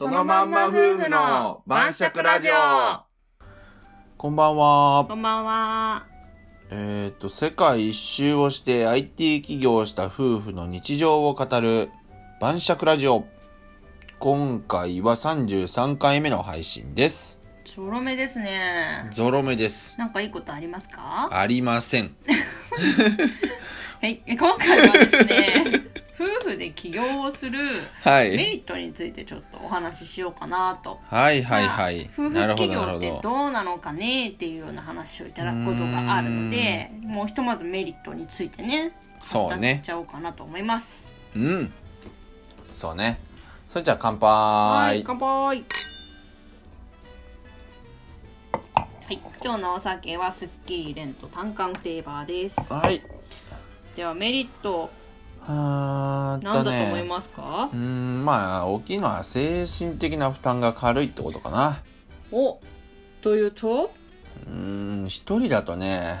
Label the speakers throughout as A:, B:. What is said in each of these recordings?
A: のまんま夫婦の晩酌ラジオ
B: こんばんは
C: こ。んばんは。
B: えっ、と、世界一周をして IT 起業をした夫婦の日常を語る晩酌ラジオ。今回は33回目の配信です。
C: ちょろめですね。
B: ゾロ目です。
C: なんかいいことありますか
B: ありません。
C: はい。 え今回はですね、夫婦で起業をする
B: は
C: メ
B: い。
C: リットについてちょっとお話ししようかなと。
B: はいはいはい。
C: まあ夫
B: なるほ
C: 婦起
B: どなる
C: 業
B: ほ
C: って
B: ど。
C: どうなのかねっていうような話をいただくことがあるので、もうひとまずメリットについてね、
B: そ
C: 語
B: う
C: っ
B: ね。
C: ちゃおうかなと思います。
B: うん。そうね。それじゃあ乾
C: はい、
B: 杯。
C: 乾杯。はい、今日のお酒はすっきりレント単缶テーバーです。
B: はい。
C: ではメリット
B: はーっ
C: なん
B: と
C: だと思
B: ね。
C: いますか
B: う？ーん、まあ、大きいのは精神的な負担が軽いってことかな。
C: お、というと、
B: うーん一人だとね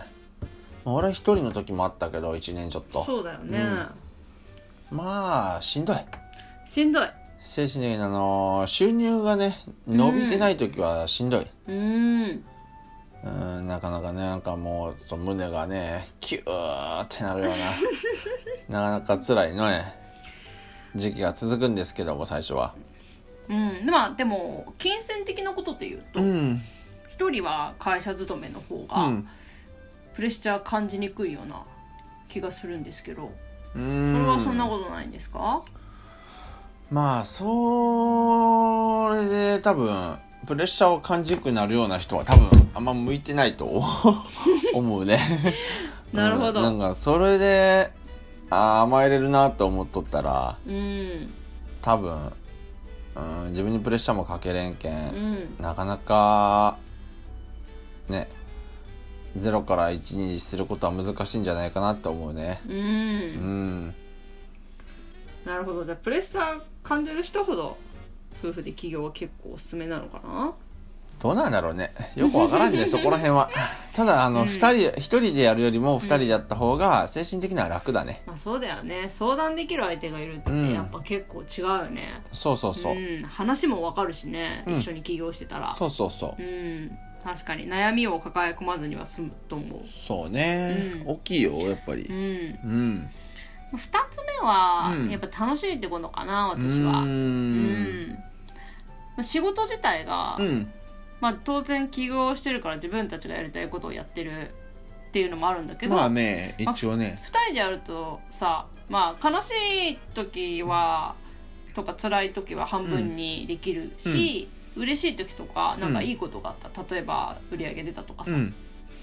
B: まあ俺は一人の時もあったけど1年ちょっと
C: そうだよね。
B: うんまあしんどい
C: しんどい。
B: 精神的なあの収入がね伸びてない時はしんどい、
C: うーん。
B: うーんなかなかねなんかもうそう胸がねキューってなるよう ななかなか辛いのね時期が続くんですけども最初は
C: うん、まあでも金銭的なことで言うと
B: うん
C: 一、人は会社勤めの方
B: う
C: が
B: ん
C: プレッシャー感じにくいような気がするんですけど、
B: う
C: それは
B: ー
C: そん
B: ん
C: なことないんですか？
B: まあそれで多分プレッシャーを感じにくくなるような人は多分あんま向いてないと 思うね
C: なるほど
B: うんなんかそれであー甘えれるなと思っとったら
C: うん、
B: 多分、うん、自分にプレッシャーもかけれんけ、
C: うんん、
B: なかなかね0から1にすることは難しいんじゃないかなって思うね
C: う。
B: うんん
C: なるほど。じゃあプレッシャー感じる人ほど夫婦で起業は結構おすすめなのかな？
B: どうなんだろうねよくわからん ねそこら辺はただあの、
C: うん
B: 二人一人でやるよりも二人でやった方が精神的には楽だね、
C: まあそうだよね相談できる相手がいるっ
B: うん
C: てやっぱ結構違うよね、
B: そうそうそう、
C: ん話もわかるしね、
B: うん
C: 一緒に起業してたら
B: そうそうそう、
C: ん確かに悩みを抱え込まずには済むと思う
B: そうね、
C: うん
B: 大きいよやっぱ
C: う
B: り
C: ん
B: うん
C: 2つ目は、
B: うん
C: やっぱ楽しいってことかな
B: うー
C: 私はうんまあ仕事自体が、
B: うん
C: まあ、当然起業してるから自分たちがやりたいことをやってるっていうのもあるんだけど、
B: まあね一応ね
C: 2人でやるとさまあ悲しい時はとか辛い時は半分にできるし、嬉しい時とかなんかいいことがあった、例えば売り上げ出たとか
B: う
C: さ、
B: ん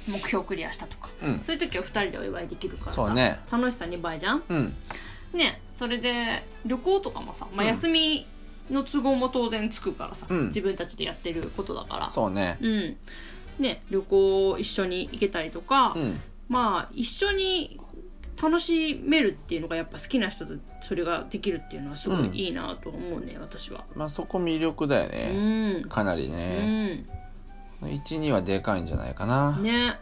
C: 目標クリアしたとか、
B: うん
C: そういう時は2人でお祝いできるから
B: そ
C: さ、
B: うね
C: 楽しさ2倍じゃん
B: うん
C: ねそれで旅行とかもさ、ま
B: うん
C: あ、休みの都合も当然つくからさ、
B: うん
C: 自分たちでやってることだから
B: そうね
C: うんね旅行一緒に行けたりとか、
B: うん
C: まあ一緒に楽しめるっていうのがやっぱ好きな人とそれができるっていうのはすご
B: うん
C: いいいなと思うね、私は。
B: まあそこ魅力だよ
C: う
B: ね、
C: ん、
B: かなり
C: う
B: ね、
C: ん、
B: 一二はでかいんじゃないかな、
C: ね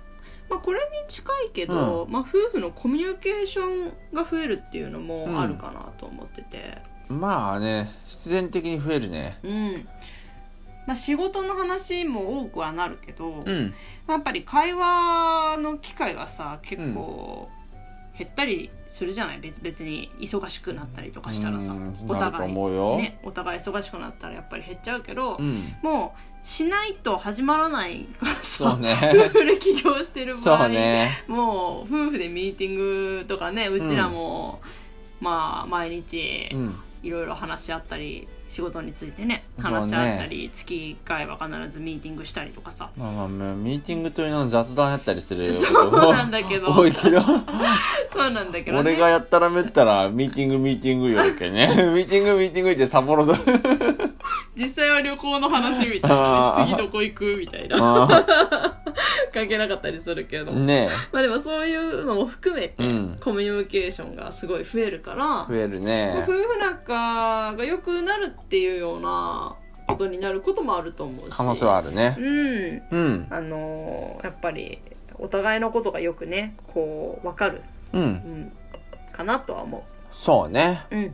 C: まあこれに近いけど、まあ、夫婦のコミュニケーションが増えるっていうのもあるかなと思ってて、
B: まあね必然的に増えるね
C: うんまあ、仕事の話も多くはなるけど、
B: うん
C: やっぱり会話の機会がさ結構減ったりするじゃない別々に忙しくなったりとかしたらさ
B: うん
C: お
B: なると
C: 互い
B: 思うよ、
C: ね、お互い忙しくなったらやっぱり減っちゃうけど、
B: うん
C: もうしないと始まらないから
B: そう
C: さ、
B: ね。
C: 夫婦で起業してる場
B: そう
C: 合、
B: ね。
C: もう夫婦でミーティングとかねうちらも、まあ毎日
B: うん。
C: いろいろ話し合ったり仕事についてね
B: そうね
C: 話し合ったり、月1回は必ずミーティングしたりとかさ
B: まあまあ、ミーティングという名の雑談やったりする
C: そうなんだけど
B: 多いけ ど、
C: そうなんだけど、ね、
B: 俺がやったらめったら、ミーティング、ミーティングよりけ ね。ミーティング、ミーティングってサボろと。
C: 実際は旅行の話みたい
B: あ
C: な
B: ー
C: ね次どこ行くみたいな関係なかったりするけど、
B: ね
C: まあでもそういうのも含めて、
B: うん
C: コミュニケーションがすごい増えるから
B: え、増える
C: まあ
B: ね
C: 夫。婦仲が良くなるっていうようなことになることもあると思うし
B: 可能性はあるね。
C: うん
B: うん。
C: あのーやっぱりお互いのことがよくねこう分かる、
B: うん
C: う。ん、かなとは思
B: そうね。
C: ううん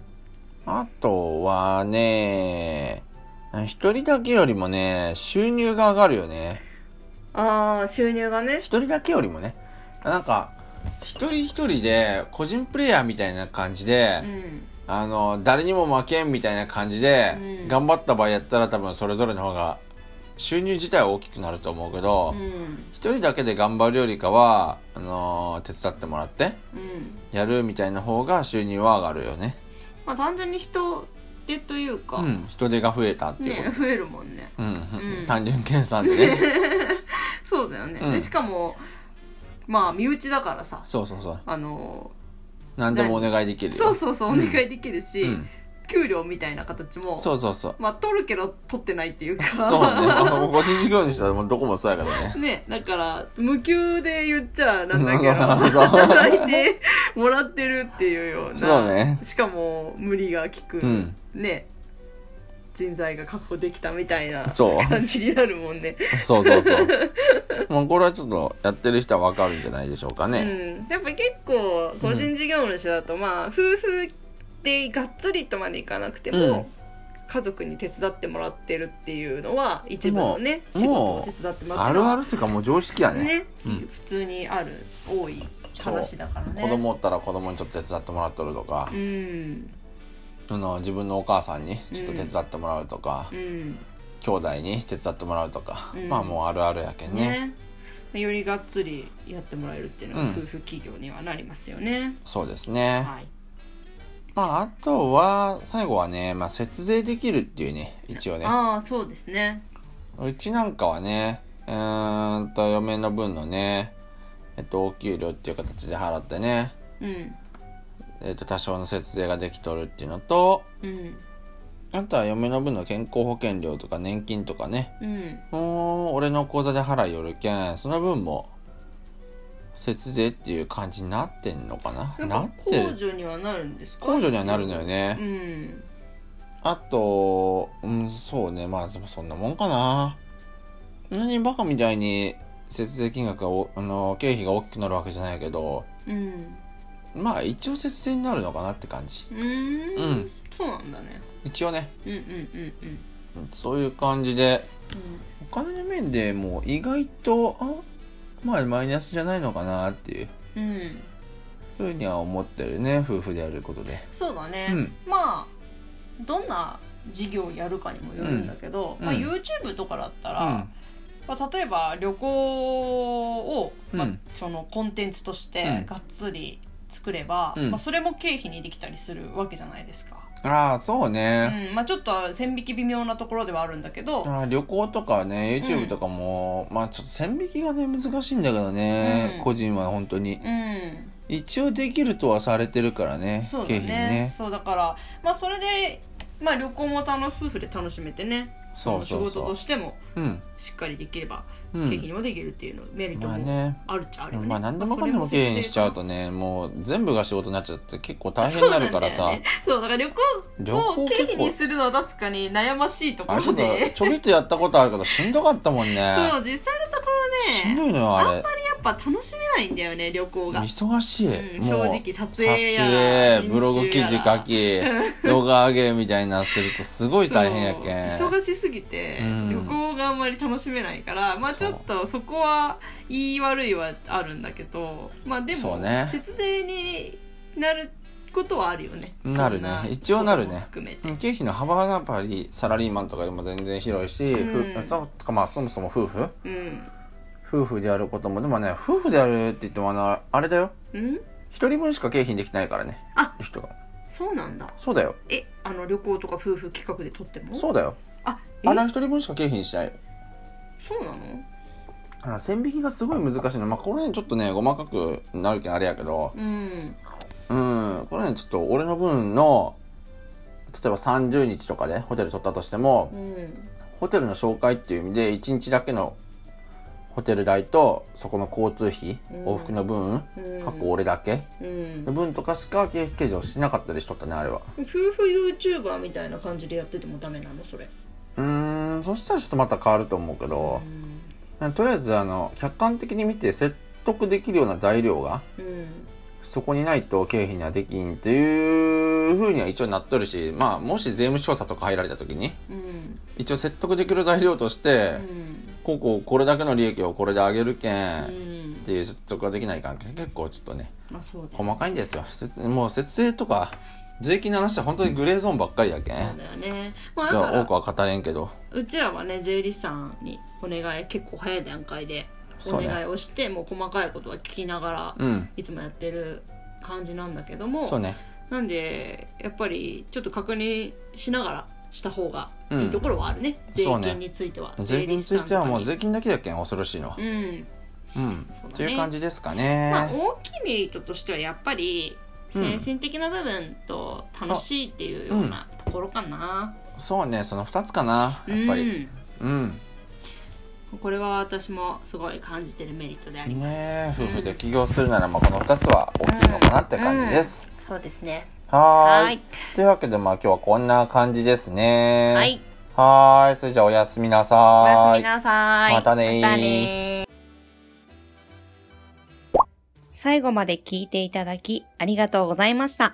B: あとはね、う一人だけよりもね、収入が上がるよね。
C: ああ収入がね
B: 一人だけよりもね。なんか、一人一人で、個人プレイヤーみたいな感じで、
C: うん
B: あの、誰にも負けんみたいな感じで、
C: うん
B: 頑張った場合やったら多分それぞれの方が、収入自体は大きくなると思うけど、
C: うん
B: 一人だけで頑張るよりかは、あのー手伝ってもらって、
C: うん
B: やるみたいな方が収入は上がるよね。
C: まあ単純に人手というか、
B: うん、人手が増えたっていうこと。
C: ね増えるもんね
B: うん、
C: うん
B: 単純計算で ね。
C: そうだよね、
B: うん
C: でしかもまあ身内だからさ
B: そうそうそう。
C: あの
B: 何でもお願いできるよ。
C: そうそうそうお願いできるし、
B: うん
C: 給料みたいな形も
B: そうそうそう。
C: まあ取るけど取ってないっていうか
B: そうね。 もう個人事業にしたらもうどこもそうやからね。
C: ねだから無給で言っちゃなんだ けど
B: そう
C: 働いてもらってるっていうような
B: そうね
C: しかも無理がきく、
B: うん
C: ね人材が確保できたみたいな
B: そう
C: 感じになるもんね
B: そうそうそう。もうこれはちょっとやってる人はわかるんじゃないでしょうかね。
C: うん、やっぱ結構個人事業主だと、まあ夫婦でがっつりとまでいかなくても、
B: うん
C: 家族に手伝ってもらってるっていうのは一部のね仕事
B: も
C: を
B: う
C: 手伝ってもらって
B: あるあるっていうかもう常識やね。
C: ね、
B: うん
C: 普通にある多い話だからね
B: 子供おったら子供にちょっと手伝ってもらっとるとか
C: う、ん
B: あの自分のお母さんにちょっと手伝ってもらうとか、
C: うん
B: 兄弟に手伝ってもらうとか、
C: うん
B: まあもうあるあるやけんね。
C: ねよりがっつりやってもらえるっていうのは、
B: うん
C: 夫婦企業にはなりますよね
B: そうですね。
C: はい
B: まああとは最後はね、まあ節税できるっていうね、一応ね。
C: ああそうですね
B: うちなんかはね、うーんと、嫁の分のね、えっと、お給料っていう形で払ってね、
C: うん
B: えっと、多少の節税ができとるっていうのと、
C: うん
B: あとは嫁の分の健康保険料とか年金とかね、
C: うん
B: もう、俺の口座で払いよるけん、その分も、節税っていう感じになってんのかな
C: やっ
B: な
C: ぱ
B: って
C: 控
B: る。
C: 除にはなるんですか
B: 控除にはなるのよ
C: う
B: ね。
C: ん
B: あと、うん、そうね、まあ、でもそんなもんかな。そんなにバカみたいに節税金額がお、あの、経費が大きくなるわけじゃないけど、
C: うん
B: まあ、一応節税になるのかなって感じ。
C: うーん
B: うん
C: そうなんだね
B: 一応ね、
C: うんうんうんうん
B: うんそういう感じで、お金の面でもう意外と、あまあ、マイナスじゃないのかなっていう
C: うん、うん、
B: ふうには思ってるね、夫婦でやることで。
C: そうだね、
B: うん
C: まあどんな事業をやるかにもよるんだけど、
B: うん
C: まあ、
B: うん
C: YouTube とかだった
B: う
C: ら、
B: ん。
C: まあ、例えば旅行を、まあ
B: うん
C: そのコンテンツとし
B: う
C: て
B: ん
C: がっつり作れば、
B: うん
C: まあ、それも経費にできたりするわけじゃないですか、
B: ああ、そう
C: う
B: ね。
C: んまあ、ちょっと線引き微妙なところではあるんだけど、
B: あー旅行とかね、YouTube とかも、まあちょっと線引きがね、難しいんだけどね、
C: うん
B: 個人は本当に。
C: うん、
B: 一応できるとはされてるからね
C: そうだ
B: 経
C: ね
B: 費にね
C: そうだから、まあ、それで、まあ、旅行も楽夫婦で楽しめてね
B: そうそう
C: 仕事
B: そ
C: と
B: う
C: しても
B: うん、
C: しっかりできれば、
B: う
C: 経費
B: ん、
C: にもできるっていうのメリット
B: まあ
C: も
B: ね
C: あるっちゃあるよね、
B: まあ何でもかんでも経費にしちゃうとねもう全部が仕事になっちゃって結構大変になるから
C: そう
B: さ
C: なんだよねそうだから旅
B: 旅
C: 行
B: 行
C: を経費
B: 結
C: に
B: 構
C: するのは確かに悩ましいとこ
B: あれちょっ
C: ろ
B: と
C: で
B: ちょびっとやったことあるけどしんどかったもんね
C: そう実際のとこ
B: しん
C: ろ
B: ど
C: ね
B: いのよあれ
C: やっぱ楽しめないんだよね旅行が
B: 忙しい、
C: うん
B: もう
C: 正直撮影
B: 撮影
C: やら編集やら
B: ブログ記事書き動画上げみたいなのするとすごい大変やけ
C: そうん忙しすぎて、
B: うん
C: 旅行があんまり楽しめないからまあち
B: そう
C: ょっとそこは言い悪いはあるんだけどまあで
B: そう
C: も、
B: ね
C: 節税になることはあるよね
B: なるね
C: そん
B: 一応なるね
C: ことも含めて
B: 経費の幅はやっぱりサラリーマンとかでも全然広いし、
C: うん
B: ふそうとかまあそもそも夫婦
C: うん、
B: 夫婦でやることもでもね夫婦でやるって言ってもあのあれだよ
C: うん、
B: 一人分しか経費にできないからね
C: あ
B: 人が
C: そうなんだ
B: そうだよ
C: えあの旅行とか夫婦企画で撮っても
B: そうだよ
C: あえ
B: あれは一人分しか経費にしないよ
C: そうなの
B: あの線引きがすごい難しいのまあこれねちょっとねごまかくなるけんあれやけど
C: うん
B: うんこれねちょっと俺の分の例えば30日とかでホテル取ったとしても
C: うん
B: ホテルの紹介っていう意味で1日だけのホテル代とそこの交通費
C: うん
B: 往復の分
C: うん
B: 過去俺だけ
C: うん
B: の分とかしか経費計上しなかったりしとったねあれは
C: 夫婦 YouTuber みたいな感じでやっててもダメなのそれ
B: うーんそしたらちょっとまた変わると思うけど、とりあえずあの客観的に見て説得できるような材料が
C: うん
B: そこにないと経費にはできんっていうふうには一応なっとるしまあもし税務調査とか入られた時に
C: うん
B: 一応説得できる材料として、
C: うん
B: こうこうこれだけの利益をこれで上げるけん、
C: う
B: っ
C: ん
B: ていう説得ができない関係結構ちょっとね
C: まあそうだよ
B: 細かいんですよ節もう節税とか税金の話は本当にグレーゾーンばっかりだけん、
C: そうだよねまあ
B: じ
C: だ
B: ゃあ多く
C: か
B: は語れんけど
C: らうちらはね税理士さんにお願い結構早い段階でお
B: そうね
C: 願いをしてもう細かいことは聞きながら
B: うん
C: いつもやってる感じなんだけども
B: そうね
C: なんでやっぱりちょっと確認しながらした方がいいところはあるね、税
B: そうね
C: 金については、
B: 税金についてはもう
C: 税
B: 税金だけだけん恐ろしいのは
C: うん
B: うん、
C: そうだね
B: っていう感じですかね、
C: まあ大きいメリットとしてはやっぱり
B: うん
C: 精神的な部分と楽しいっていうようなところかな、
B: そうねその2つかなやっぱりうん、
C: うんこれは私もすごい感じてるメリットであります、
B: ねえ夫婦で起業するならまあこの2つは大きいのかなって感じです、
C: そうですね
B: はーい
C: はい
B: というわけでまあ今日はこんな感じですね
C: はい
B: はーいそれじゃあおやすみなさー
C: お
B: い
C: やすみなさい
B: またねー
C: またねー最後まで聞いていただきありがとうございました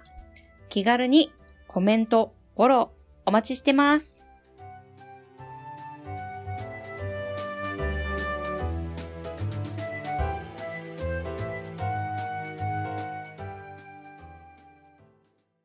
C: 気軽にコメントフォローお待ちしてます